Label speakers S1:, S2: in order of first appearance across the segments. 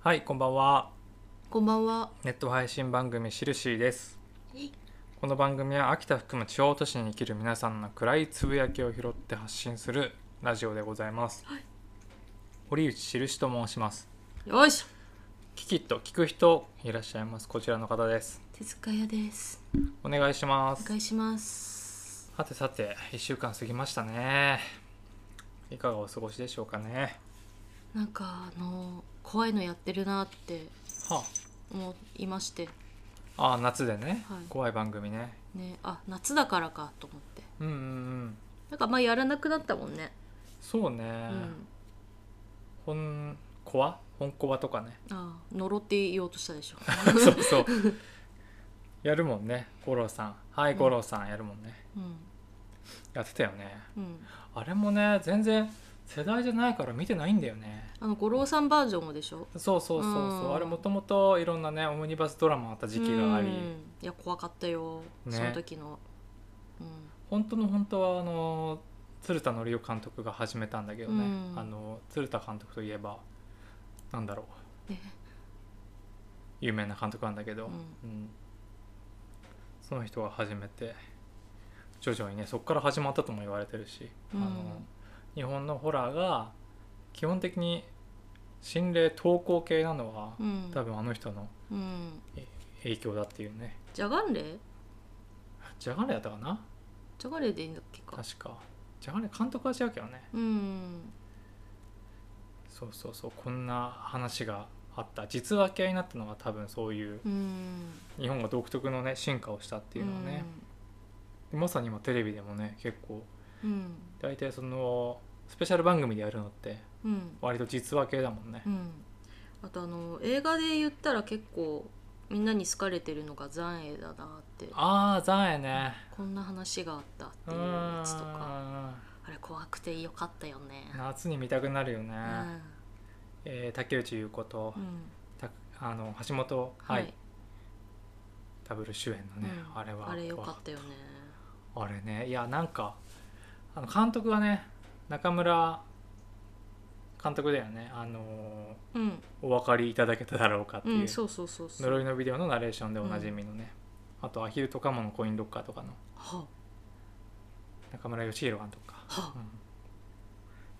S1: はい、こんばんは。
S2: こんばんは。
S1: ネット配信番組シルシーです
S2: はい。
S1: この番組は秋田含む地方都市に生きる皆さんの暗いつぶやきを拾って発信するラジオでございます。堀内しるしと申します。
S2: よいしょ。
S1: キキッと聞く人いらっしゃいます。こちらの方です。
S2: 手塚屋です。
S1: お願いしま
S2: お
S1: す
S2: 願。いします。
S1: さてさて、1週間過ぎましたね。いかがお過ごしでしょうかね。
S2: なんかあの怖いのやってるなって
S1: は
S2: 思いまして
S1: あ、あ夏でね、
S2: はい
S1: 怖い番組ね。
S2: ね、あ夏だからかと思って。
S1: うんうんうん。
S2: なんかまあやらなくなったもんね。
S1: そうね。
S2: うん。
S1: 本コア本コアと かね。
S2: ああ、呪って言おうとしたでしょ。
S1: そうそう。やるもんね、五郎さん。はい、
S2: うん
S1: 五郎さんやるもんね。
S2: うん。
S1: やってたよね。
S2: うん。
S1: あれもね、全然世代じゃないから見てないんだよね。
S2: あの五郎さんバージョンもでしょ。
S1: そうそうそうそうう。
S2: ん
S1: あれもともといろんなね、オムニバスドラマあった時期があり、
S2: うんいや怖かったよ。
S1: ね
S2: その時の。うん。
S1: 本当の本当はあの鶴田紀夫監督が始めたんだけどね。
S2: うん
S1: あの鶴田監督といえばなんだろう。
S2: ね
S1: 有名な監督なんだけど、
S2: うん
S1: うんその人が始めて徐々にねそこから始まったとも言われてるし、
S2: うん
S1: あの日本のホラーが基本的に心霊投稿系なのは、
S2: うん。
S1: 多分あの人の
S2: うん。
S1: 影響だっていうね
S2: じゃがんれ？
S1: ジャガレやったかな
S2: じゃがんれでいいんだっけか。
S1: 確かジャガレ監督は違うけどね
S2: うん。
S1: そうそうそうこんな話があった実話系になったのが多分そういう
S2: うん。
S1: 日本が独特のね進化をしたっていうのはね、まさに今テレビでもね結構
S2: うん。うん。
S1: 大体そのスペシャル番組でやるのって
S2: うん、
S1: 割と実話系だもんね
S2: う、ん、あとあの映画で言ったら結構みんなに好かれてるのが残影だなって
S1: ああ残影ね
S2: こんな話があったっ
S1: う
S2: ていうやつとか
S1: ーん
S2: あれ怖くてよかったよね
S1: 夏に見たくなるよね、
S2: うん
S1: えー竹内優子と、
S2: うん
S1: たあの橋本
S2: は
S1: 愛、
S2: い、
S1: ダブル主演のね、
S2: うん
S1: あれは
S2: あれよかったよね
S1: あれねいやなんかあの監督がね中村監督だよねあの
S2: うん、
S1: ーお分かりいただけただろうかって
S2: う、
S1: いうん
S2: そうそうそうそう
S1: 呪いのビデオのナレーションでおなじみのね、あと「アヒルとカモのコインロッカー」とかの
S2: は
S1: 中村義弘監督か、
S2: は
S1: うん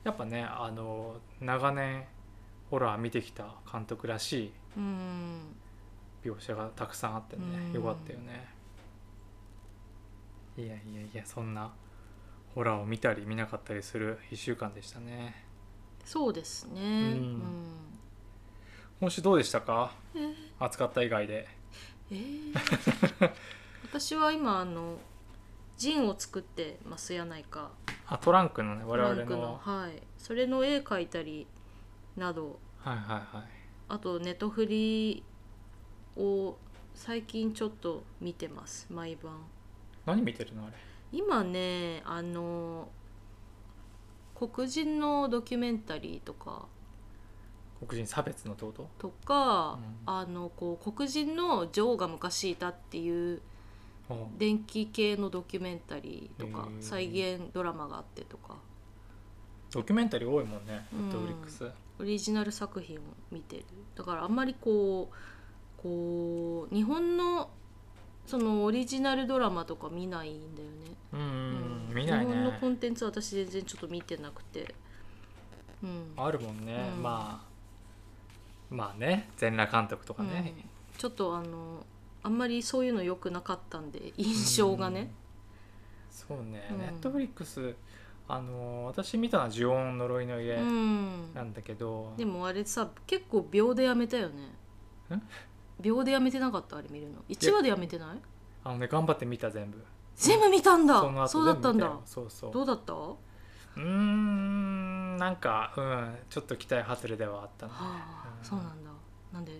S1: やっぱねあの長年ホラー見てきた監督らしい
S2: うん
S1: 描写がたくさんあってね、
S2: うん
S1: よかったよねいやいやいやそんなホラーを見たり見なかったりする1週間でしたね
S2: そうですね、うん
S1: ん今週どうでしたか
S2: えー
S1: 暑かった以外で
S2: えー 私は今あのジンを作ってますやないか
S1: あトランクのね我々
S2: ラ
S1: の
S2: ンクのはいそれの絵描いたりなど
S1: はいはいはい
S2: あとネトフリを最近ちょっと見てます毎晩
S1: 何見てるのあれ
S2: 今ねあの黒人のドキュメンタリーとか
S1: 黒人差別のってこと
S2: とか、
S1: う
S2: あのこう黒人の女王が昔いたっていう
S1: あ
S2: 電気系のドキュメンタリーとか
S1: へー
S2: 再現ドラマがあってとか
S1: ドキュメンタリー多いもんね
S2: う
S1: Netflix
S2: んオリジナル作品を見てるだからあんまりこうこう日本のそのオリジナルドラマとか見ないんだよね、
S1: うんうん、
S2: う
S1: うんん、見ない
S2: 日本のコ
S1: ね
S2: ンテンツ私全然ちょっと見てなくてうん
S1: あるもんね、
S2: うん
S1: まあまあね全裸監督とかね、
S2: うんちょっとあのあんまりそういうの良くなかったんで印象がね、
S1: そうね、
S2: うん
S1: ネットフリックスあのー私見たのは「呪音呪いの家
S2: う」ん
S1: なんだけど、
S2: でもあれさ結構秒でやめたよね
S1: ん
S2: 秒でやめてなかったあれ見るの1話でやめてない
S1: あのね頑張って見た全部
S2: 全部見たんだ
S1: その後
S2: そうだった
S1: 全
S2: んだ
S1: 部見よそうそう
S2: どうだった
S1: うーんなんかうんちょっと期待外れではあったね
S2: はあ、
S1: うん
S2: そうなんだなんで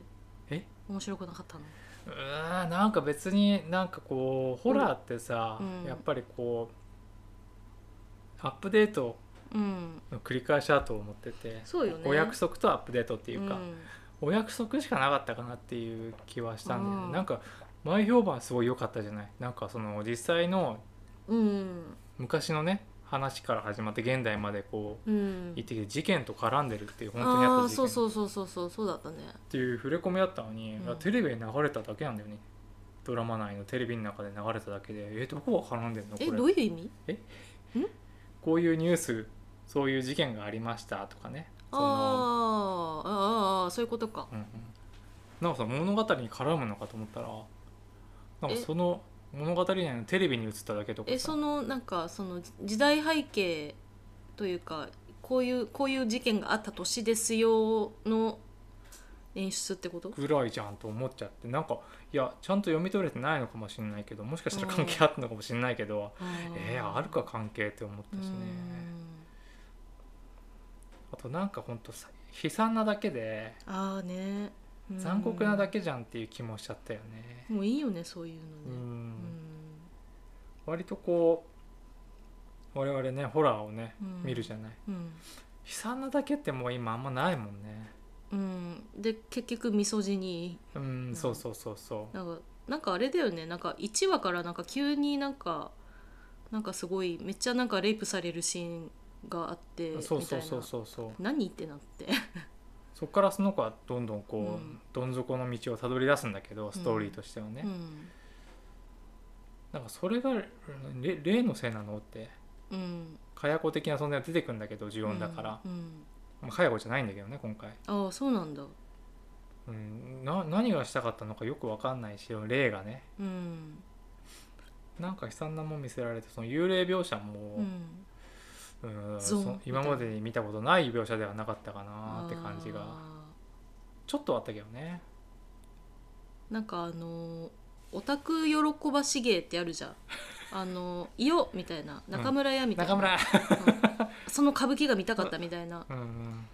S1: え
S2: 面白くなかったの
S1: うーんなんか別になんかこうホラーってさ、
S2: うん
S1: やっぱりこうアップデート
S2: うん
S1: の繰り返しだと思ってて
S2: そうよね
S1: お約束とアップデートっていうか、
S2: ん
S1: お約束しかなかったかなっていう気はしたんだよ
S2: あ
S1: ね
S2: ー
S1: なんか前評判すごい良かったじゃないなんかその実際の
S2: うん
S1: 昔のね話から始まって現代までこう
S2: うん
S1: 行ってきて事件と絡んでるっていう本当にあ
S2: あ
S1: った
S2: あ
S1: 事
S2: そ
S1: 件
S2: う
S1: っ
S2: そうそうそうそうそうだったね
S1: ていう触れ込みあったのに、
S2: うん
S1: テレビに流れただけなんだよねドラマ内のテレビの中で流れただけでえどこが絡んでんのこ
S2: え
S1: れ
S2: どういう意味
S1: こういうニュースそういう事件がありましたとかね
S2: あ
S1: その
S2: ーあーあーそういうことか
S1: うんうん、なんかさ物語に絡むのかと思ったらなんか
S2: え
S1: その物語内のテレビに映っただけとか
S2: え
S1: さ
S2: そのなんかその時代背景というかこういうこういう事件があった年ですよの演出ってこと
S1: ぐらいじゃんと思っちゃってなんかいやちゃんと読み取れてないのかもしれないけどもしかしたら関係あったのかもしれないけど、えー、あるか関係って思ったしね、あとなんかほんとさ悲惨なだけで
S2: ああねうん
S1: 残酷なだけじゃんっていう気もしちゃったよね。
S2: もういいよねそうい
S1: う
S2: うのねうん
S1: ん割とこう我々ねホラーをね
S2: うん
S1: 見るじゃない
S2: うん、
S1: 悲惨なだけってもう今あんまないもんね
S2: うん、で結局みそじに
S1: うん、
S2: ん
S1: そうそうそうそう
S2: なんかなんかあれだよねなんか1話からなんか急になんかなんかすごいめっちゃなんかレイプされるシーンがあって
S1: そうそう
S2: みたい
S1: そう
S2: な
S1: そうそう
S2: 何ってなって
S1: そこからその子はどんどんこう、
S2: うん
S1: どん底の道をたどり出すんだけどストーリーとしてはね、
S2: うん、
S1: なんかそれがれ例のせいなのって
S2: うん、
S1: かや子的な存在が出てくるんだけど呪音だから、
S2: うんうん
S1: まあ、かや子じゃないんだけどね今回、
S2: ああそうなんだ
S1: うん、な何がしたかったのかよく分かんないし霊がね
S2: うん
S1: なんか悲惨なもん見せられてその幽霊描写も
S2: う、
S1: う
S2: ん
S1: ん
S2: ゾーン
S1: そ
S2: みたいな
S1: 今までに見たことない描写ではなかったかなって感じが
S2: あ
S1: ちょっとあったけどね
S2: ーなんかあのーオタク喜ばしげってあるじゃんあのー「いよ」みたいな「中村屋」みたいな、
S1: 中村
S2: うんその歌舞伎が見たかったみたいな
S1: うん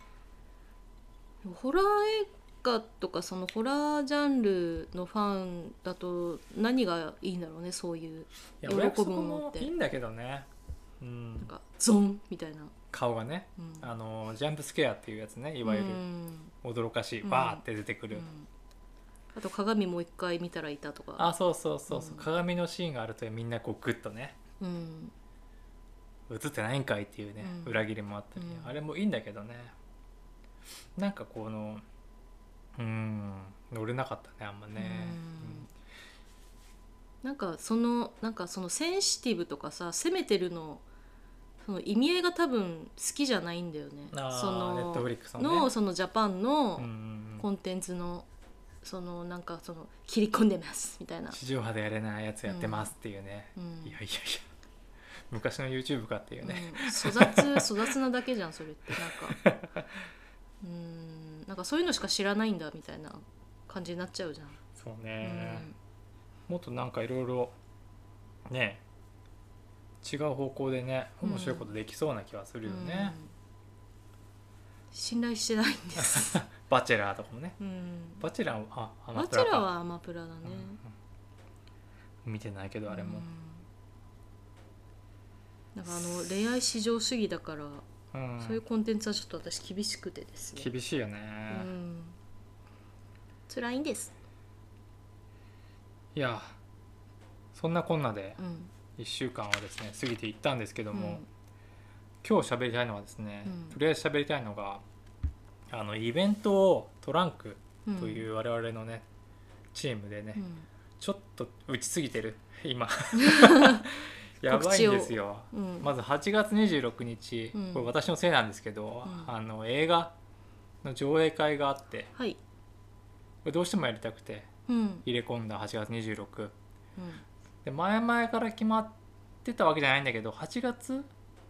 S1: うん
S2: ホラー映画とかそのホラージャンルのファンだと何がいいんだろうねそういう
S1: いや
S2: 喜ぶ
S1: 俺はそこ
S2: ものっ
S1: も
S2: て
S1: いいんだけどね、う
S2: なん
S1: ん、
S2: かゾンみたいな、
S1: 顔がね
S2: うん、
S1: あのジャンプスケアっていうやつねいわゆる
S2: うん
S1: 驚かしい、
S2: うん
S1: バーって出てくる、
S2: うんあと鏡もう一回見たらいたとか
S1: あそうそうそうそう、
S2: うん
S1: 鏡のシーンがあるとみんなこうグッとね
S2: うん
S1: 映ってないんかいっていうね、
S2: うん
S1: 裏切りもあったり、
S2: うん
S1: あれもいいんだけどねなんかこのうん乗れなかったねあんまね、
S2: なんかそのなんかそのセンシティブとかさ攻めてるのその意味合いが多分好きじゃないんだよね。
S1: うんあ
S2: その
S1: ネットフリックスのね
S2: のそのジャパン
S1: うんう
S2: の
S1: んう
S2: コ
S1: ん
S2: ンテンツの、そのなんかその切り込んでますみたいな。
S1: 地上波でやれないやつやってますっていうね、
S2: うん
S1: いやいやいや昔の YouTube かっていうね、
S2: うん粗 雑粗雑なだけじゃんそれってなんかうんなんかそういうのしか知らないんだみたいな感じになっちゃうじゃん。
S1: そうね、もっとなんかいろいろね違う方向でね面白いことできそうな気はす
S2: う
S1: る
S2: ん
S1: よね、
S2: うん信頼してないん です。
S1: バチェラーとかもね
S2: うん
S1: バチェラーはあアマプ
S2: バチ
S1: ラ
S2: ェ
S1: か
S2: ラはアマプラだね、
S1: うんうん見てないけどあれも
S2: うん、なんかあの恋愛至上主義だから、
S1: うん
S2: そういうコンテンツはちょっと私厳しくてですね
S1: 厳しいよね、
S2: うん辛いんです、
S1: いやそんなこんなで
S2: うん、
S1: 1週間はですね過ぎていったんですけども、
S2: うん
S1: 今日喋りたいのはですね、
S2: うん
S1: とりあえず喋りたいのがあのイベントをトランク
S2: うん
S1: という我々のね、チームでね、
S2: うん
S1: ちょっと打ちすぎてる 今や
S2: 告
S1: ばい
S2: 知
S1: ん
S2: を
S1: ですよ
S2: うん
S1: まず8月26日、
S2: うん
S1: これ私のせいなんですけど、
S2: うん
S1: あの映画の上映会があって
S2: はい、
S1: これどうしてもやりたくて
S2: うん
S1: 入れ込んだ8月26
S2: うん
S1: で前々から決まってたわけじゃないんだけど8月、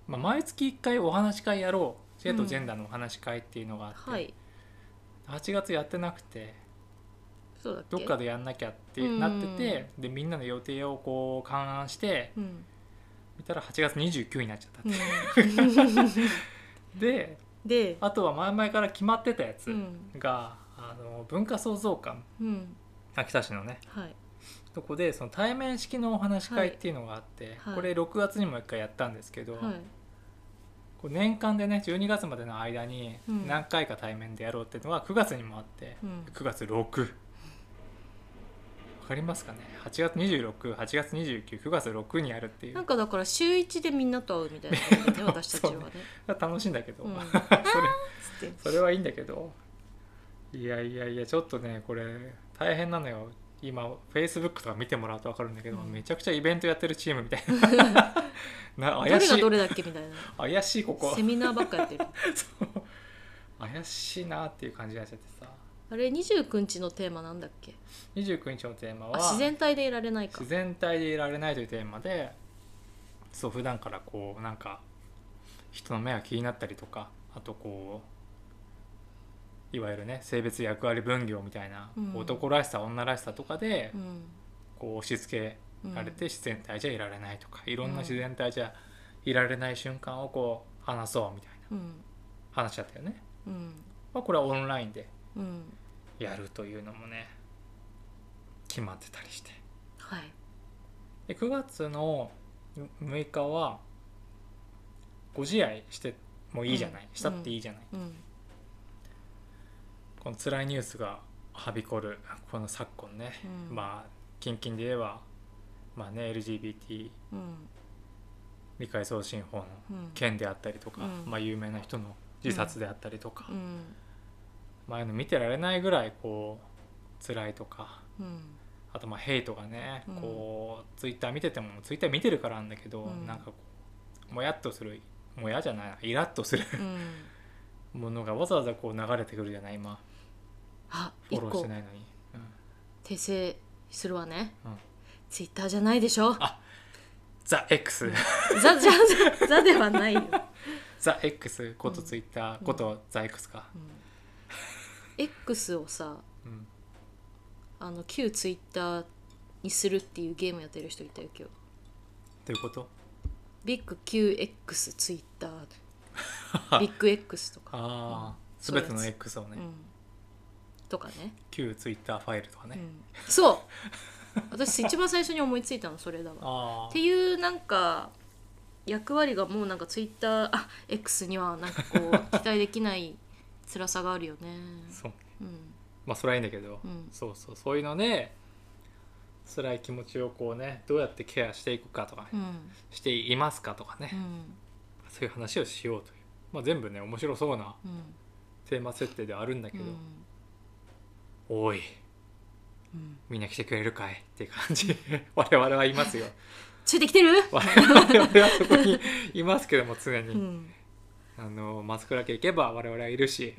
S1: まあ、毎月1回お話し会やろう性とジェンダーのお話し会っていうのがあって、
S2: はい
S1: 8月やってなくて
S2: そうだっけ
S1: どっかでやんなきゃってなってて、でみんなの予定をこう勘案して
S2: うん
S1: 見たら8月29になっちゃった
S2: うん、
S1: で
S2: で、
S1: あとは前々から決まってたやつ
S2: うん
S1: が、あの文化創造館
S2: うん、
S1: 秋田市のね
S2: はい
S1: とこでその対面式のお話し会っていうのがあって、
S2: はい
S1: これ6月にも1回やったんですけど、
S2: はい
S1: こう年間でね12月までの間に
S2: うん
S1: 何回か対面でやろうっていうのが9月にもあって、
S2: うん
S1: 9月6わかりますかね8月268月299月6にやるっていう
S2: なんかだから週一でみんなと会うみたいな感 じだね私たちはね。
S1: 楽しいんだけど、
S2: うん
S1: それ
S2: つって
S1: それはいいんだけどいやいやいやちょっとねこれ大変なのよ今 Facebook とか見てもらうと分かるんだけど、
S2: うん
S1: めちゃくちゃイベントやってるチームみたい なな
S2: ど
S1: 怪
S2: れ
S1: し
S2: が
S1: い
S2: どれだっけみたいな。
S1: 怪しいこ こ
S2: セミナーばっかやってる。
S1: そう怪しいなっていう感じになっちゃってさ
S2: あれ二十九日のテーマなんだっけ？
S1: 29日のテーマ
S2: あ
S1: は
S2: 自然体でいられないか
S1: 自。然体でいられないというテーマでそう普段からこうなんか人の目が気になったりとかあとこういわゆるね性別役割分業みたいな、
S2: うん
S1: 男らしさ女らしさとかで、
S2: うん。
S1: こう押し付け
S2: うん
S1: られて自然体じゃいられないとか、いろん
S2: うん
S1: な自然体じゃいられない瞬間をこう話そうみたいな
S2: うん
S1: 話だったよね。
S2: うん
S1: まあ、これはオンラインで
S2: うん
S1: やるというのもね決まってたりして。
S2: はい。
S1: で9月の6日はご自愛してもいいじゃない、
S2: うん
S1: したっていいじゃない、
S2: うん
S1: この辛いニュースがはびこるこの昨今ね、
S2: うん
S1: まあ近々で言えば、まあね、LGBT
S2: うん
S1: 理解増進法の
S2: うん。
S1: 件であったりとか、
S2: うん
S1: まあ、有名な人の自殺であったりとか、
S2: うん
S1: まあああいうの見てられないぐらいこう辛いとか
S2: うん
S1: あとまあヘイトがね、
S2: うん
S1: こうツイッター見ててもツイッター見てるからなんだけど、
S2: うん
S1: なんかこうもやっとするもやじゃないイラッと する
S2: うん。
S1: ものがわざわざこう流れてくるじゃない今
S2: あ
S1: フ
S2: 一
S1: ォローし
S2: 個
S1: てないのに、うん
S2: 訂正するわね
S1: うん。
S2: ツイッターじゃないでしょ。
S1: あザ・ X
S2: ザじゃザザではないよ。
S1: ザ・ X ことツイッターこ
S2: う
S1: とザ・ X か、
S2: うん X をさ
S1: うん、
S2: あの旧ツイッターにするっていうゲームやってる人いたよ今日
S1: ということ
S2: ビッグ QX ツイッタービッグ X とか、
S1: ああ
S2: うん
S1: すべての X を
S2: う
S1: ね、
S2: ん、とかね
S1: 旧ツイッターファイルとかね、
S2: うん、そう私一番最初に思いついたのそれだわ
S1: あ
S2: っ
S1: あ
S2: ていうなんか役割がもうなんかツイッターあ X にはなんかこう期待できない辛さがあるよね
S1: そう
S2: うん
S1: まあそれはいいんだけど、
S2: うん
S1: そうそうそういうので辛い気持ちをこうねどうやってケアしていくかとかね、
S2: うん
S1: していますかとかね、
S2: うん
S1: そういう話をしようという、まあ、全部ね面白そうな
S2: うん
S1: テーマ設定ではあるんだけ
S2: う
S1: ど
S2: ん
S1: 「おい
S2: うん
S1: みんな来てくれるかい?」って感じ 我々はいます よ
S2: ついてきてる、
S1: 我々はそこ にいますけども常
S2: う
S1: に、
S2: ん
S1: あの松倉家行けば我々はいる し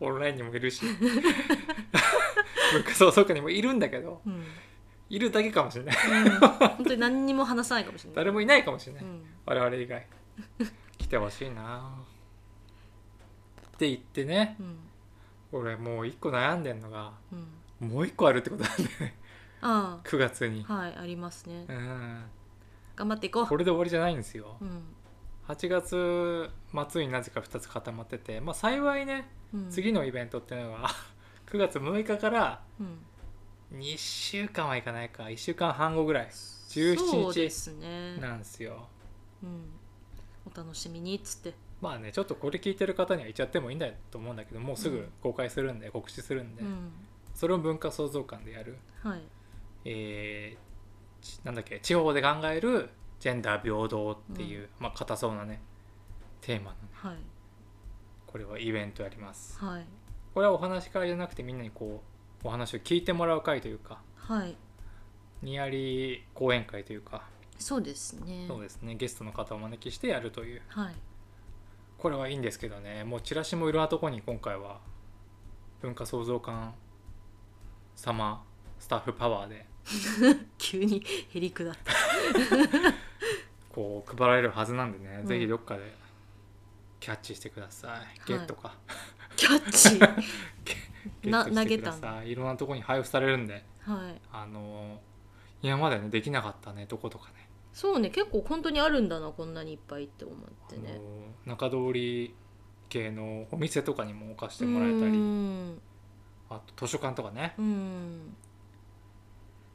S1: オンラインにもいるし文化創造家にもいるんだけど
S2: うん、
S1: いるだけかもしれない
S2: 本当に何にも話さないかもしれない。
S1: 誰もいないかもしれない、
S2: うん
S1: 我々以外来てほしいなって言ってね
S2: うん
S1: 俺もう一個悩んでんのが
S2: うん、
S1: もう一個あるってことなんだよね
S2: あ
S1: 9月に
S2: あはいありますね
S1: う。ん
S2: 頑張っていこ
S1: これで終わりじゃないんですよ
S2: う。うん
S1: 8月末になぜか2つ固まっててまあ幸いね
S2: うん、
S1: 次のイベントっていうの が9月6日から
S2: うん、
S1: 2週間はいかないか1週間半後ぐらい
S2: そうで
S1: 17日
S2: すね、
S1: なんですよ
S2: うん。お楽しみにっつって。
S1: まあねちょっとこれ聞いてる方には言っちゃってもいいんだと思うんだけどもうすぐ公開するんで告知するんで、
S2: うん、
S1: それを文化創造館でやる
S2: はい。
S1: えーちなんだっけ地方で考えるジェンダー平等っていう、
S2: う
S1: まあ硬そうなねテーマのね
S2: はい。
S1: これはイベントやります
S2: はい。
S1: これはお話会じゃなくてみんなにこうお話を聞いてもらう会というか
S2: はい。
S1: ニヤリ講演会というか、
S2: そうですね。
S1: そうですねゲストの方をお招きしてやるという
S2: はい。
S1: これはいいんですけどねもうチラシもいろんなとこに今回は文化創造館様スタッフパワーで
S2: 急にへりくだった。
S1: こう配られるはずなんでね、
S2: うん
S1: ぜひどっかでキャッチしてください、ゲットか
S2: キャ ッチ。
S1: ゲ
S2: な
S1: ットしてくだ
S2: 投げ
S1: さいいろんなとこに配布されるんで
S2: はい。
S1: あのー今までねできなかったねとことかね
S2: そうね、結構本当にあるんだな、こんなにいっぱいって思って
S1: あ
S2: ね。
S1: のー中通り系のお店とかにも置かしてもらえた
S2: う
S1: り
S2: ん。
S1: あと図書館とかね
S2: うん。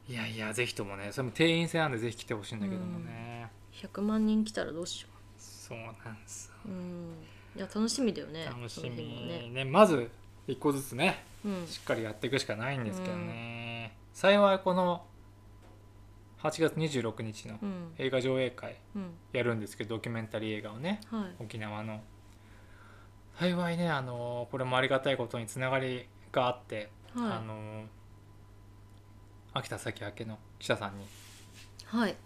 S1: いやいやぜひともねそれも定員制なんでぜひ来てほしいんだけどもね、
S2: 100万人来たらどうしよう。
S1: そうなんですよ
S2: うんいや楽しみだよね。
S1: 楽しみ
S2: その日も
S1: ね
S2: ね。
S1: まず一個ずつね
S2: うん。
S1: しっかりやっていくしかないんですけどね、幸いこの8月26日の
S2: うん
S1: 映画上映会
S2: うん
S1: やるんですけどドキュメンタリー映画をね
S2: はい
S1: 沖縄の幸いねあのこれもありがたいことにつながりがあって、あ
S2: は
S1: の秋田先明けの記者さんに
S2: いはい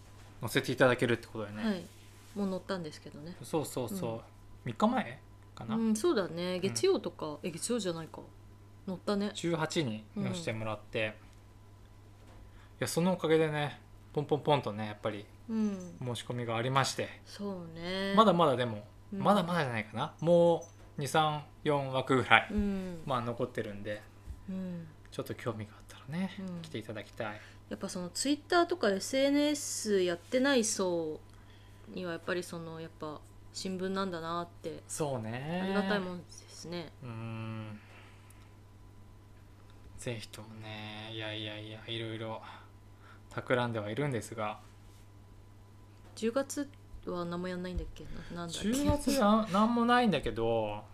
S1: 載せていただけるってことだよね、
S2: はいもう乗ったんですけどね
S1: そうそうそう、3日前かな、
S2: うんそうだね月曜とかえ月曜じゃないか乗ったね
S1: 18に載せてもらって、いやそのおかげでねポンポンポンとねやっぱり
S2: うん
S1: 申し込みがありまして、
S2: そうね
S1: まだまだでも、
S2: うん
S1: まだまだじゃないかなもう234枠ぐらい、
S2: うん
S1: まあ残ってるんで
S2: うん
S1: ちょっと興味があったらね、
S2: うん
S1: 来ていただきたい
S2: やっぱそのツイッターとか SNS やってない層にはやっぱりそのやっぱ新聞なんだなって
S1: そうね
S2: ありがたいもんですね、
S1: うーんぜひともねいやいやいやいろいろ企んではいるんですが
S2: 10月は何もやんないんだっけななんだっけ
S1: 10月 ななんもないんだけど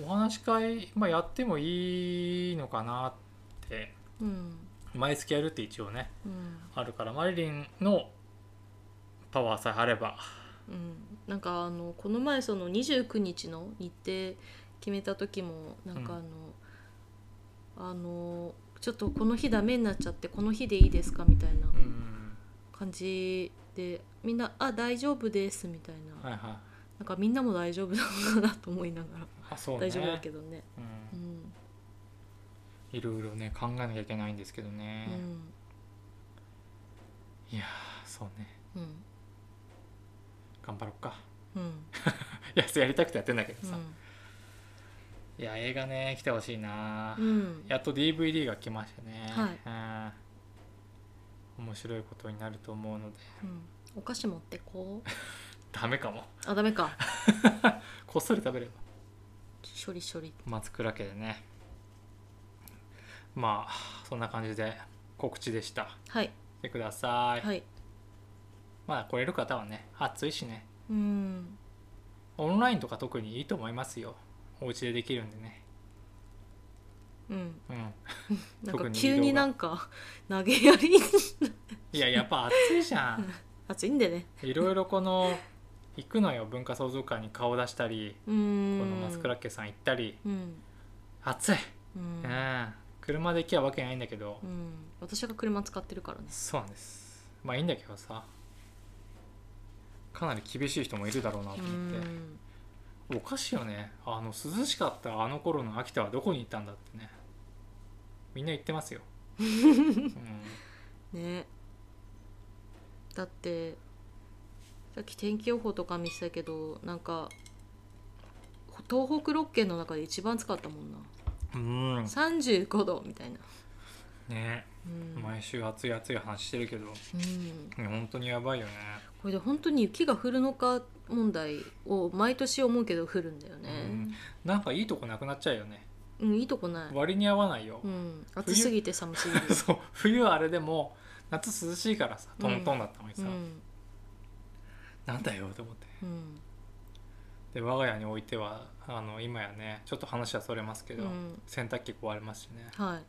S1: お話し会、まあ、やってもいいのかなって
S2: うん
S1: 毎月やるって一応ね
S2: うん
S1: あるからマリリンのパワーさえあれば
S2: うん、なんかあのこの前その29日の日程決めた時もなんかあの、あのちょっとこの日ダメになっちゃってこの日でいいですかみたいな
S1: うん
S2: 感じでみんな「あ大丈夫です」みたいな、
S1: はいはい
S2: なんかみんなも大丈夫なのかなと思いなが
S1: あそうね
S2: ら大丈夫だけどね。
S1: う、
S2: うんん
S1: いろいろね考えなきゃいけないんですけど
S2: う
S1: ね、
S2: ん
S1: いやーそうね
S2: うん
S1: 頑張ろうか
S2: うん
S1: いやそうやりたくてやってんだけ
S2: う
S1: どさ、
S2: ん
S1: いや映画ね来てほしいな、
S2: うん
S1: やっと DVD が来ましたね、
S2: は
S1: うん面白いことになると思うので
S2: うんお菓子持ってこ う
S1: ダメかも
S2: あダメか
S1: こっそり食べれば
S2: 処理処理
S1: 松倉家でねまあそんな感じで告知でした
S2: はい
S1: してください、
S2: はい
S1: まあ来れる方はね暑いしね
S2: うん
S1: オンラインとか特にいいと思いますよお家でできるんでね
S2: うん
S1: うん
S2: なんか
S1: 特に移動
S2: 急
S1: が
S2: になんか投げやり
S1: いややっぱ暑いじゃん
S2: 暑いんでね
S1: いろいろこの行くのよ文化創造館に顔出したりこ
S2: うーん
S1: のマスクラッケさん行ったり
S2: うん
S1: 暑い、
S2: う
S1: うんん、車で行きゃわけないんだけど、
S2: うん私が車使ってるからね
S1: そうなんですまあいいんだけどさかなり厳しい人もいるだろうな
S2: う
S1: と思って
S2: ん
S1: おかしいよねあの涼しかったあの頃の秋田はどこに行ったんだってねみんな言って ますよ、うん、
S2: ねだってさっき天気予報とか見てたけどなんか東北6県の中で一番使ったもんな
S1: うん
S2: 35度みたいな
S1: ね
S2: うん、
S1: 毎週暑い暑い話してるけど
S2: うん、
S1: いや本当にやばいよね
S2: これで本当に雪が降るのか問題を毎年思うけど降るんだよね、
S1: なんかいいとこなくなっちゃうよね
S2: うん、いいとこない
S1: 割に合わないよ
S2: う、ん、暑すぎて寒すぎる
S1: そう冬はあれでも夏涼しいからさトントンだったのに
S2: う
S1: さ、
S2: ん
S1: なんだよと思って
S2: うん
S1: で我が家においてはあの今やねちょっと話はそれますけど、
S2: うん
S1: 洗濯機壊れますしね
S2: はい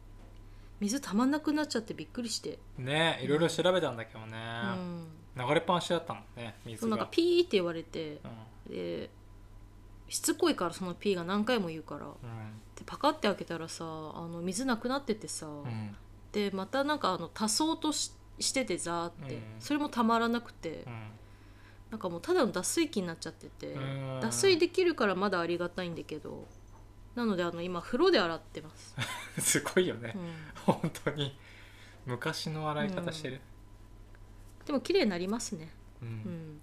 S2: 水たまんなくなっちゃってびっくりして、
S1: ねいろいろ調べたんだけどね、
S2: うん、
S1: 流れっぱなしだったのね
S2: そ
S1: 水
S2: う
S1: が
S2: なんかピーって言われて
S1: うん
S2: でしつこいからそのピーが何回も言うからでパカって開けたらさあの水なくなっててさ、
S1: うんうん
S2: でまたなんかあの足そうとししててザーって、
S1: うん
S2: それもたまらなくて、
S1: うん
S2: なんかもうただの脱水機になっちゃってて、
S1: うん
S2: 脱水できるからまだありがたいんだけどなのであの今風呂で洗っ てます、
S1: すごいよね
S2: う、ん、
S1: 本当に昔の洗い方してる、
S2: でも綺麗になりますね
S1: うん
S2: うん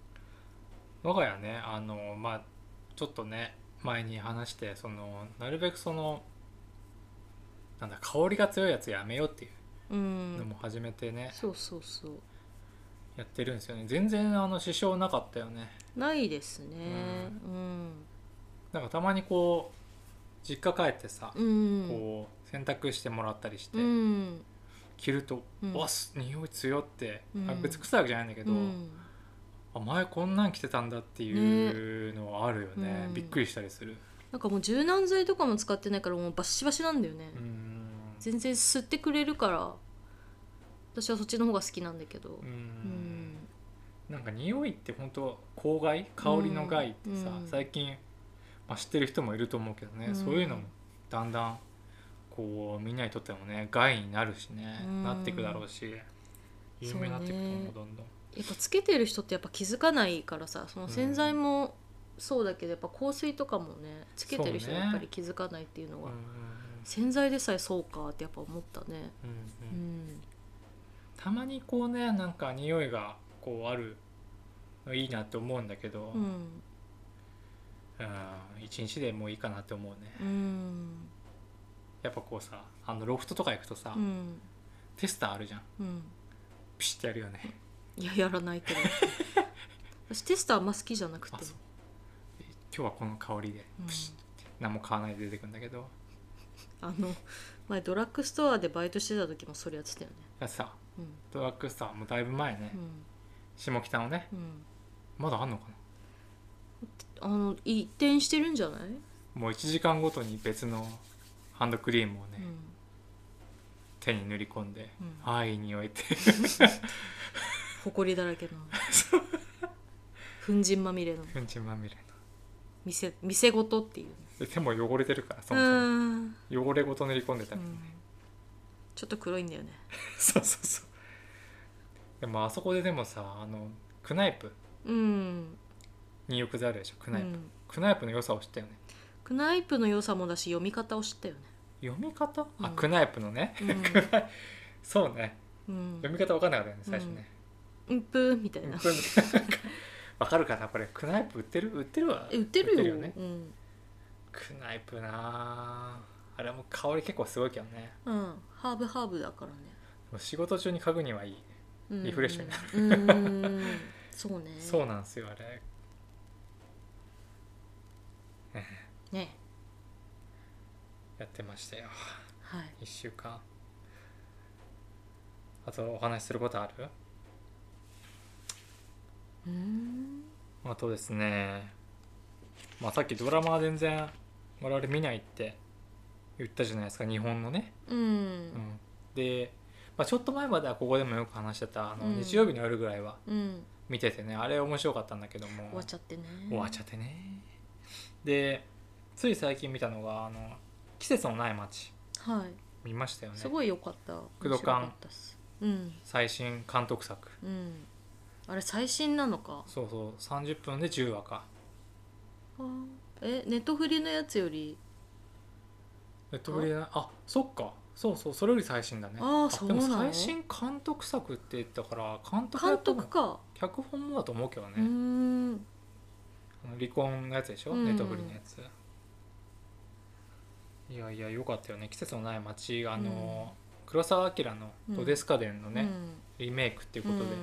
S1: 我が家ねあのまあちょっとね前に話してそのなるべくそのなんだ香りが強いやつやめようっていううの
S2: ん
S1: も始めてね、
S2: そうそうそう
S1: やってるんですよね全然あの支障なかったよね
S2: ないですねうん
S1: なんかたまにこう実家帰ってさ、
S2: うん
S1: こう洗濯してもらったりして、
S2: うん
S1: 着ると「
S2: うん
S1: わす匂い強」って、あ
S2: うん
S1: 別に臭いわけじゃないんだけ
S2: う
S1: ど、
S2: ん
S1: あ前こんなん着てたんだっていうのはあるよね
S2: うん
S1: びっくりしたりする。
S2: なんかもう柔軟剤とかも使ってないからもうバッシバシなんだよね
S1: うん
S2: 全然吸ってくれるから私はそっちの方が好きなんだけど
S1: う、
S2: うん
S1: ん、なんか匂いって本当香害香りの害ってさ、
S2: うん
S1: 最近、まあ、知ってる人もいると思うけどね、
S2: うん
S1: そういうのもだんだんこうみんなにとってもね害になるしね、
S2: うん
S1: なっていくだろうし有名になっていくと思うどんどん。
S2: やっぱつけてる人ってやっぱ気づかないからさその洗剤もそうだけどやっぱ香水とかもねつけてる人
S1: そうね
S2: やっぱり気づかないっていうの
S1: うん
S2: が、
S1: うん
S2: 洗剤でさえそうかってやっぱ思ったね。
S1: うんうん
S2: うん
S1: たまにこうねなんか匂いがこうあるのいいなって思うんだけど、う
S2: う
S1: ん
S2: ん
S1: 一日でもういいかなって思うね、
S2: うん
S1: やっぱこうさあのロフトとか行くとさ、
S2: うん
S1: テスターあるじゃん
S2: うん
S1: ピシッてやるよね
S2: いややらない けど私テスターあんま好きじゃなくて
S1: あそうえ今日はこの香りで
S2: うん
S1: プシッて何も買わないで出てくるんだけど、
S2: あの前ドラッグストアでバイトしてた時もそれやってたよね
S1: だってさ
S2: うん
S1: ドラッグストアもうだいぶ前ね、下北のね
S2: うんうん
S1: まだあんのかな
S2: あの一転してるんじゃない、
S1: もう1時間ごとに別のハンドクリームをね、
S2: うん
S1: 手に塗り込んで
S2: うん
S1: 「ああいい匂い」って
S2: 埃だ らけの粉塵まみれの
S1: うんちまみれの
S2: 店店ごとっていう
S1: で手も汚れてるからそもそも
S2: うんうん
S1: 汚れごと塗り込んでたけどね、
S2: ちょっと黒いんだよね
S1: そうそうそうでもあそこででもさあのクナイプ
S2: うん
S1: 入浴剤あるでしょクナイプ、
S2: うん
S1: クナイプの良さを知ったよね
S2: クナイプの良さもだし読み方を知ったよね
S1: 読み方、あ
S2: うん
S1: クナイプのね、そうね
S2: うん、
S1: 読み方分かんなかったよね最初ね、
S2: うん、ぷーみたい
S1: うん、
S2: な
S1: これ 分かるかなこれクナイプ売ってる売ってるわ
S2: え売ってるよ
S1: ね
S2: うん
S1: クナイプなああれも香り結構すごいけどね
S2: うん、ハーブハーブだからね、
S1: でも仕事中に嗅ぐにはいい、
S2: うん
S1: リフレッシュに
S2: なるうんそうね
S1: そうなんですよあれ
S2: ね
S1: やってましたよ
S2: はい
S1: 1週間あとお話しすることある
S2: うーん
S1: あとですね、まあ、さっきドラマは全然我々見ないって言ったじゃないですか日本のね、
S2: う
S1: うんん、で、まあ、ちょっと前まではここでもよく話してたあの
S2: うん
S1: 日曜日の夜ぐらいは
S2: うん
S1: 見ててねあれ面白かったんだけども
S2: 終わっちゃってね
S1: 終わっちゃってねでつい最近見たのがあの「季節のない街
S2: はい」
S1: 見ましたよね
S2: すごい良かった
S1: 工藤官
S2: 面白かったっすうん
S1: 最新監督作
S2: うんあれ最新なのか
S1: そうそう30分で10話か
S2: あーえネットフリのやつより
S1: ネットフリーなあそっかそうそうそれより最新だね
S2: あーそうなの
S1: でも最新監督作って言ったから監督
S2: 監
S1: やったも
S2: 督
S1: ん
S2: か、
S1: 脚本もだと思うけどね
S2: うー、ん
S1: あの離婚のやつでしょ、
S2: うん
S1: ネットフリーのやついやいやよかったよね「季節のない街」あの、黒澤明の「ドデスカデン」のね、リメイクっていう
S2: う
S1: こ
S2: ん
S1: とで、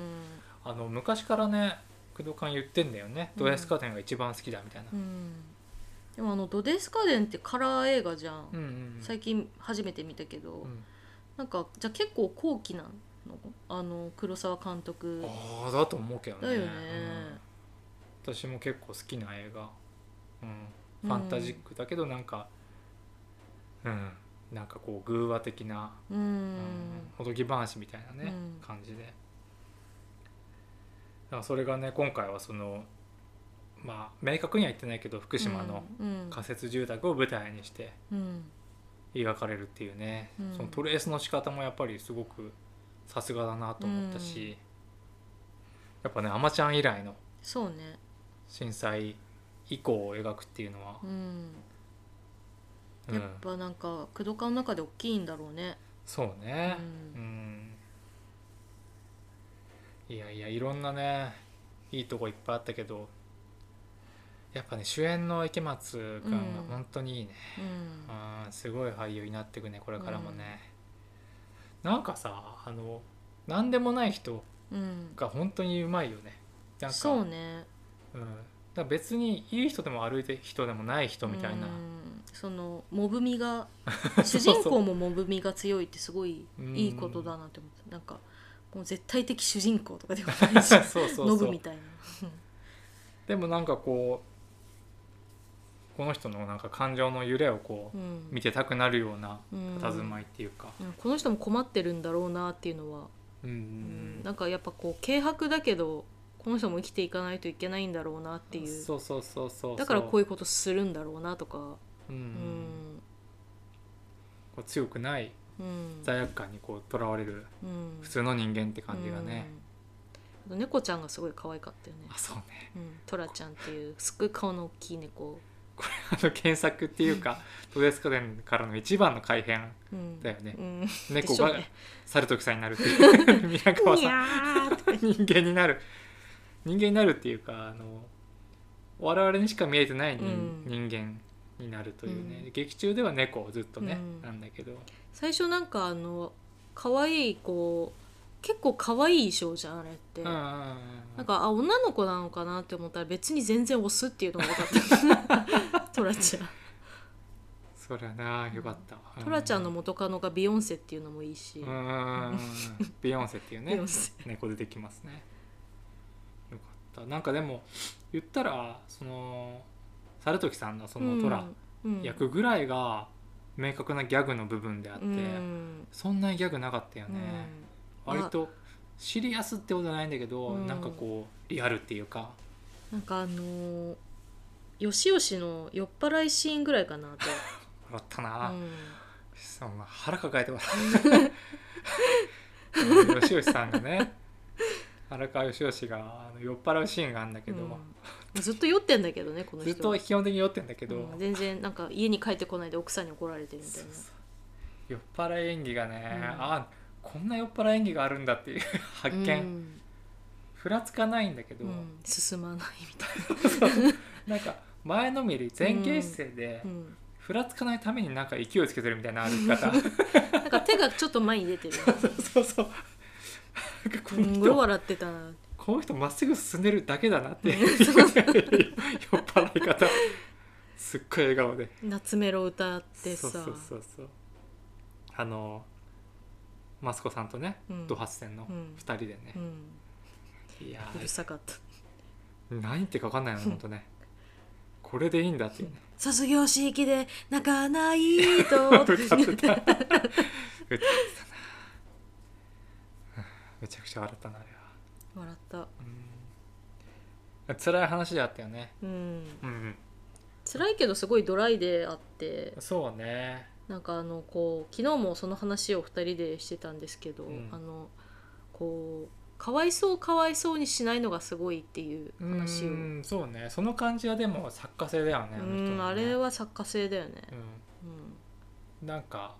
S1: あの昔からね工藤官言ってんだよね「
S2: うん
S1: ドデスカデン」が一番好きだみたいな
S2: う、んでもあの「ドデスカデン」ってカラー映画じゃん、
S1: うん、うんうん
S2: 最近初めて見たけど、
S1: うん
S2: なんかじゃあ結構後期なのあの黒沢監督
S1: ああだと思うけどね
S2: だよね
S1: うん私も結構好きな映画、うん、ファンタジックだけどなんかうん、なんかこう偶話的な、
S2: うん、
S1: うんおとぎ話みたいなね、
S2: うん
S1: 感じでだからそれがね今回はそのまあ明確には言ってないけど福島の
S2: うん
S1: 仮設住宅を舞台にして
S2: うん
S1: 描かれるっていうね、
S2: うん
S1: そのトレースの仕方もやっぱりすごくさすがだなと思ったし、
S2: うん
S1: やっぱねあまちゃん以来の
S2: そうね
S1: 震災以降を描くっていうのは、
S2: うん
S1: う
S2: や
S1: ん
S2: っぱなんか工藤館の中で大きいんだろうね
S1: そうね
S2: う
S1: うん、いやいやいろんなねいいとこいっぱいあったけどやっぱね主演の池松君が本当にいいね、
S2: うん
S1: うんすごい俳優になってくねこれからもね、なんかさあの何でもない人
S2: うん
S1: が本当にうまいよねなんか
S2: そうね
S1: うん、だから別にいい人でも悪い人でもない人みたいな、
S2: うんそのモブみが主人公もモブみが強いってすごいいいことだなって思ってなんかもう絶対的主人公とかではないし
S1: そうそ
S2: ノ
S1: う
S2: ブ
S1: そ
S2: み
S1: う
S2: たいな
S1: でもなんかこうこの人のなんか感情の揺れをこう、
S2: うん
S1: 見てたくなるような
S2: うん
S1: 佇まいっていうか、
S2: うんこの人も困ってるんだろうなっていうのは
S1: うんうん
S2: うん
S1: うん
S2: なんかやっぱこう軽薄だけどこの人も生きていかないといけないんだろうなっていう
S1: そうそうそうそうそう
S2: だからこう
S1: い
S2: いうことするんだろうなとか
S1: うん、
S2: う
S1: うん、
S2: ん
S1: こう強くない
S2: うん
S1: 罪悪感にこうとらわれる
S2: うん
S1: 普通の人間って感じがね、
S2: うんあと猫ちゃんがすごい可愛かったよね
S1: あそうね
S2: うんトラちゃんっていうすっごい顔の大きい猫
S1: あの検索っていうかトデスカデンからの一番の改変
S2: うん
S1: だよね
S2: うん
S1: 猫
S2: でしょう
S1: が
S2: ね
S1: 猿時さんになるっていう 宮川
S2: に
S1: さん
S2: ゃーって
S1: 人間になる人間になるっていうかあの我々にしか見えてない人,、
S2: うん
S1: 間になるというね、
S2: うん
S1: 劇中では猫をずっとね、
S2: うん
S1: なんだけど
S2: 最初なんかあの可愛いこう結構可愛い衣装じゃんあれって、
S1: うんうんうんう
S2: なん
S1: ん
S2: かあ女の子なのかなって思ったら別に全然オスっていうのが分か ったトラちゃん
S1: そりゃなよかったわ、
S2: トラちゃんの
S1: も
S2: 元カノがビヨンセっていうのもいいし、
S1: うんうんうんうんビヨンセっていう
S2: ビ
S1: ね
S2: ヨンセ
S1: 猫出てきますねよかったなんかでも言ったらその猿時さんのそのトラ
S2: うん
S1: 役ぐらいが明確なギャグの部分であって、
S2: うん
S1: そんなにギャグなかったよね、
S2: うん
S1: 割とシリアスってことはないんだけど、
S2: うん
S1: なんかこうリアルっていうか
S2: なんかあのーよしよしの酔っ払いシーンぐらいかなと、
S1: 笑った
S2: う
S1: な、
S2: ん
S1: そんな腹抱えて笑った吉吉さんがね荒川吉吉があの酔っ払うシーンがあるんだけど、
S2: うんずっと酔ってんだけどねこの
S1: ず
S2: 人
S1: っと基本的に酔ってんだけど、
S2: うん全然なんか家に帰ってこないで奥さんに怒られてるみたいな
S1: 酔っ払い演技がね、
S2: うん
S1: あこんな酔っ払い演技があるんだっていう発見、
S2: うん
S1: ふらつかないんだけど、
S2: うん進まないみたい
S1: なんか前のめり前傾姿勢で、
S2: な、うん
S1: ふらつかないためになんか勢いつけてるみたいな歩き 方
S2: なんか手がちょっと前に出てる
S1: そうそうなんかこ
S2: す
S1: の
S2: んごい
S1: 人
S2: 笑ってたな
S1: この人まっすぐ進んでるだけだなっていう 酔っ払い方すっごい笑顔で
S2: 夏メロ歌って
S1: そ
S2: さ
S1: うそうそうそうあのマスコさんとね、
S2: うん
S1: ドハス戦の
S2: うん
S1: 2人でね
S2: う、ん
S1: いや
S2: うるさかった
S1: ー何言ってか分かんないのほんとねこれでいいんだっていうね
S2: 卒業式で泣かないと
S1: 歌ってた歌 ってたなめちゃくちゃ笑ったなあれは
S2: 笑った
S1: うん辛い話であったよね
S2: うん
S1: うん
S2: 辛いけどすごいドライであって
S1: そうね
S2: なんかあのこう昨日もその話を2人でしてたんですけど、
S1: うん
S2: あのこうかわいそうかわいそうにしないのがすごいっていう話を
S1: う
S2: うん
S1: んそうねその感じはでも作家性だよねの人のね
S2: あれは作家性だよね、
S1: うんなんか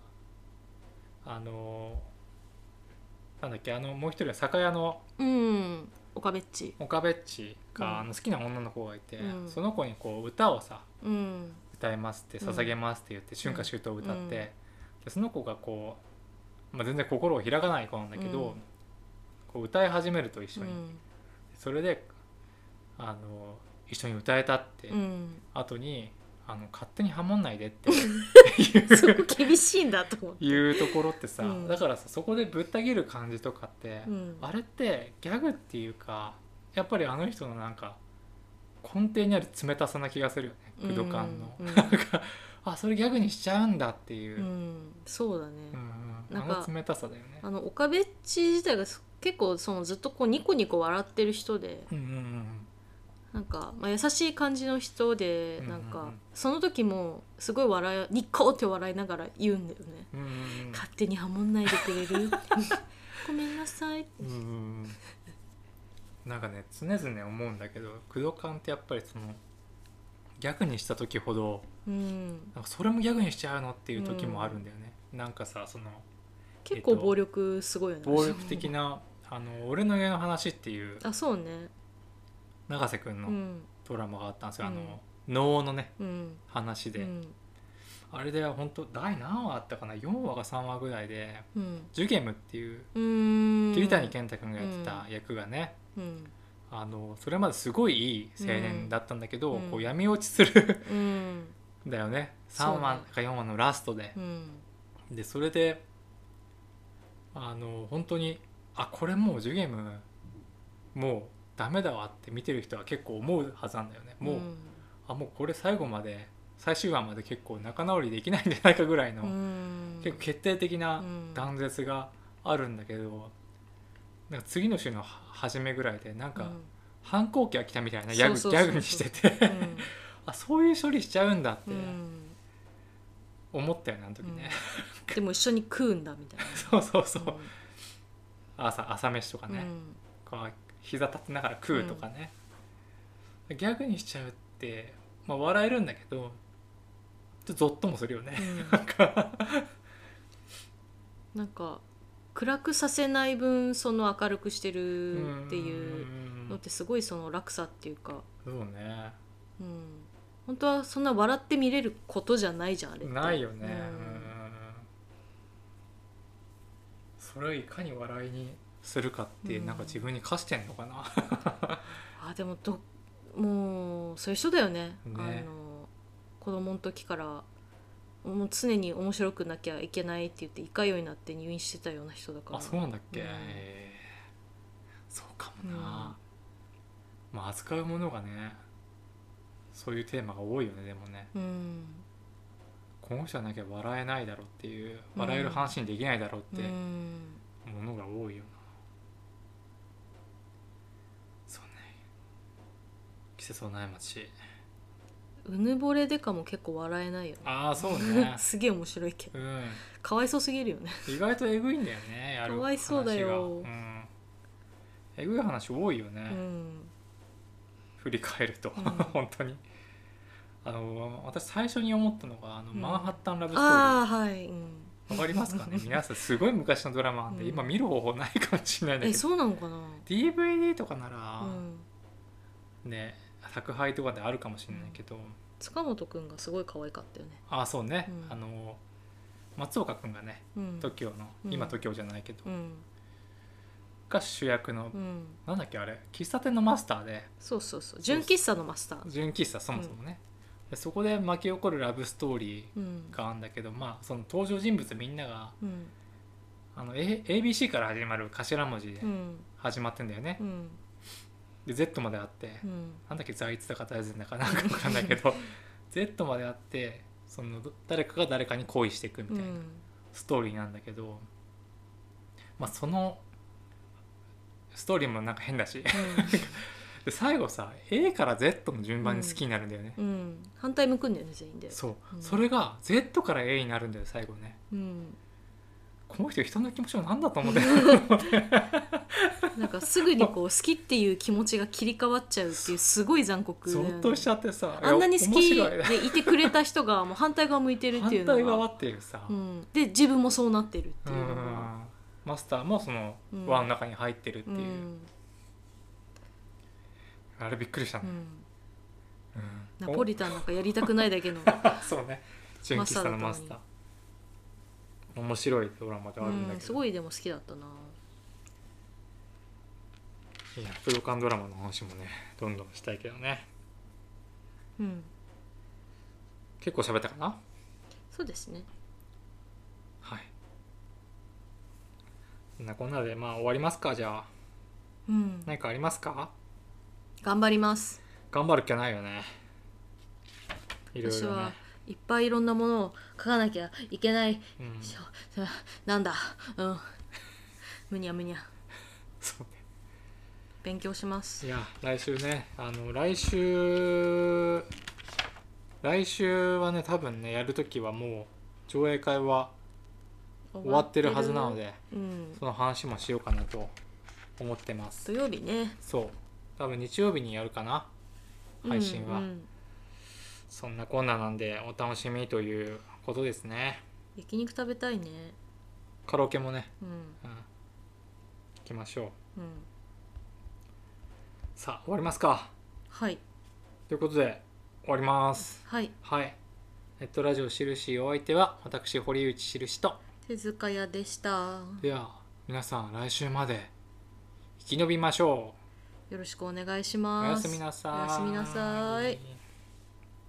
S1: あのーなんだっけあのもう一人は酒屋の
S2: うん、うん、岡べっち
S1: 岡部っちが、
S2: うん
S1: あの好きな女の子がいて、
S2: うん
S1: その子にこう歌をさ
S2: うん
S1: 歌いますって
S2: うん
S1: 捧げますって言って、春夏秋冬を歌って、
S2: うん
S1: でその子がこう、まあ、全然心を開かない子なんだけど、
S2: うん
S1: こう歌い始めると一
S2: う
S1: 緒に、
S2: ん
S1: それであの一緒に歌えたって
S2: うん
S1: 後に、あの勝手にハモんないで って
S2: そ
S1: い
S2: こ
S1: う
S2: 厳しいんだと思って、
S1: いうところってさ、
S2: うん
S1: だからさそこでぶった切る感じとかって、
S2: うん、
S1: あれってギャグっていうかやっぱりあの人のなんか根底にある冷たさな気がするよね駆動感の、
S2: うんうん
S1: なんかあそれギャグにしちゃうんだっていう、
S2: う
S1: うん
S2: んそうだね、
S1: うん
S2: なんか
S1: あの冷たさだよね
S2: あの岡べっち自体がそ結構そのずっとこうニコニコ笑ってる人で
S1: うんうんうん
S2: なんか、まあ、優しい感じの人で
S1: うんうんう
S2: なん
S1: ん
S2: か、その時もすごい笑いニッコって笑いながら言うんだよね、
S1: うんうん
S2: 勝手にハモんないでく れるごめんなさい
S1: うんうんうんなんかね常々思うんだけど駆動感ってやっぱりそのギャグにした時ほど
S2: うん
S1: なんかそれもギャグにしちゃうのっていう時もあるんだよね、なんかさその
S2: 結構暴力すごいよね、
S1: 暴力的な「あの俺の家の話」っていう
S2: あそうね
S1: 永瀬君
S2: う
S1: の
S2: ん
S1: ドラマがあったんですよ、あ
S2: うん
S1: の能のね
S2: うん
S1: 話で、
S2: うん
S1: あれで本当第何話あったかな4話か3話ぐらいで
S2: うん
S1: ジュゲムっていう
S2: うん
S1: 桐谷健太君がやってた役がね、
S2: うん
S1: あのそれまですごいいい青年だったんだけど、
S2: うん
S1: こう闇落ちする
S2: うん
S1: んだよね
S2: そうね
S1: 3話か4話のラストで
S2: う、ん
S1: でそれであの本当にあこれもうジュゲムもうダメだわって見てる人は結構思うはずなんだよねもう、あもうこれ最後まで最終話まで結構仲直りできないんじゃないかぐらいの、
S2: うん
S1: 結構決定的な
S2: うん
S1: 断絶があるんだけど、なんか次の週のは初めぐらいでなんか
S2: うん
S1: 反抗期が来たみたいなギャグギ
S2: そうそうそうそう
S1: ャグにしてて、 あそういう処理しちゃうんだって
S2: うんうん
S1: 思ったよねあの時ね、
S2: でも一緒に食うんだみたいな
S1: そう そうそう、朝朝飯とかね、
S2: うん
S1: こう膝立てながら食うとかね、ギャグにしちゃうって、まあ、笑えるんだけどちょっとゾッともするよ
S2: う
S1: ね、
S2: ん
S1: なんか
S2: なんか暗くさせない分その明るくしてるっていうのってすごいその落差っていうか、
S1: そうね
S2: うん、本当はそんな笑って見れることじゃないじゃんあれって
S1: ないよね、
S2: うん
S1: うんそれをいかに笑いにするかって、
S2: うん
S1: なんか自分に課してんのかな
S2: あでもどもうそういう人だよね
S1: ね
S2: あの子供の時からもう常に面白くなきゃいけないって言って胃潰瘍になって入院してたような人だから
S1: あそうなんだっけ、
S2: うん
S1: えーそうかもな、まあ扱うものがねそういうテーマが多いよねでもね
S2: うん
S1: この人じゃなきゃ笑えないだろうっていう
S2: うん
S1: 笑える話にできないだろうっ
S2: う
S1: て
S2: ん
S1: ものが多いよな、そうね季節のない街
S2: うぬぼれでかも結構笑えないよね
S1: ああそうね
S2: すげえ面白いけど
S1: うん
S2: かわいそうすぎるよね
S1: 意外とえぐいんだよねやる話が
S2: かわいそうだよ
S1: うん、えぐい話多いよね、
S2: うん
S1: 振り返ると、
S2: うん
S1: 本当にあの私最初に思ったのがあの、
S2: うん
S1: マンハッタンラブストーリー
S2: ああはい、うん、
S1: わかりますかね皆さんすごい昔のドラマなんで、
S2: うん
S1: 今見る方法ないかもしれないんだ
S2: え
S1: けど
S2: そうなのかな
S1: DVD とかな
S2: う
S1: ら、
S2: ん、
S1: ね宅配とかであるかもしれないけど、
S2: 塚本くんがすごい可愛かったよね、
S1: ああそうね、
S2: うん
S1: あの松岡君がね
S2: うん
S1: TOKIO の、
S2: うん
S1: 今 TOKIO じゃないけど、
S2: うん
S1: が主役の、
S2: うん、
S1: なんだっけあれ喫茶店のマスターで
S2: そうそうそう純喫茶のマスター
S1: 純喫茶そもそもね、でそこで巻き起こるラブストーリ
S2: うん
S1: ーがあるんだけど、まあその登場人物みんなが
S2: うん
S1: あの、A、ABC から始まる頭文字で
S2: うん
S1: 始まってんだよね、
S2: うん
S1: で Z まであって、
S2: うん
S1: なんだっけ在逸だか大善だかなんか分かんないけ ど Z まであってその誰かが誰かに恋していくみ
S2: う
S1: たいなんストーリーなんだけど、まあそのストーリーもなんか変だし で最後さ A から Z の順番に好きになるんだよね、
S2: うん反対向くんだよね全員で
S1: そう、
S2: うん
S1: それが Z から A になるんだよ最後ね
S2: うん、
S1: この人人の気持ちは何だと思って
S2: なんかすぐにこう好きっていう気持ちが切り替わっちゃうっていうすごい残 酷だ
S1: ゾ
S2: よね
S1: ッとしちゃってさ
S2: あんなに好き
S1: いや面白いね
S2: でいてくれた人がもう反対側向いてるってい
S1: 反
S2: うのが
S1: 対側っていうさ、
S2: うん、で自分もそうなってるっていうのが
S1: うんマスターもその
S2: うん
S1: 輪の中に入ってるって
S2: う
S1: いう、
S2: ん
S1: あれびっくりした
S2: う
S1: ね、
S2: ん
S1: うん
S2: ナポリタンなんかやりたくないだけの
S1: おそうね純喫茶のマスタ
S2: マスターだ
S1: ー
S2: っ
S1: 面白いドラマではあるんだ
S2: うん、
S1: け
S2: す
S1: ど、
S2: ごいでも好きだったな、
S1: いやプロカンドラマの話もねどんどんしたいけどね
S2: うん、
S1: 結構喋ったかな
S2: そうですね
S1: はいそんなこんなでまあ終わりますかじゃあ
S2: うん、
S1: 何かありますか
S2: 頑張ります
S1: 頑張る気はないよねいろい
S2: 私
S1: ろね
S2: は、いっぱいいろんなものを書かなきゃいけない
S1: うん、
S2: し
S1: そ
S2: ょそなんだうんむにゃむにゃ
S1: うね
S2: 勉強します
S1: いや来週ねあの来週来週はね多分ねやるときはもう上映会は終わってるはずなので
S2: うん
S1: その話もしようかなと思ってます
S2: 土曜日ね
S1: そう多分日曜日にやるかな配信は、
S2: うんうん
S1: そんなこんななんでお楽しみということですね
S2: 焼肉食べたいね
S1: カラオケもね、
S2: うん
S1: うん、行きましょう
S2: うん
S1: さあ終わりますか
S2: はい
S1: ということで終わります
S2: はい
S1: はいネットラジオしるしお相手は私堀内しるしと
S2: 手塚屋でした
S1: では皆さん来週まで生き延びましょ
S2: よろしくお願いし
S1: うお
S2: ま
S1: や
S2: す
S1: すみなさい
S2: おやすみなさい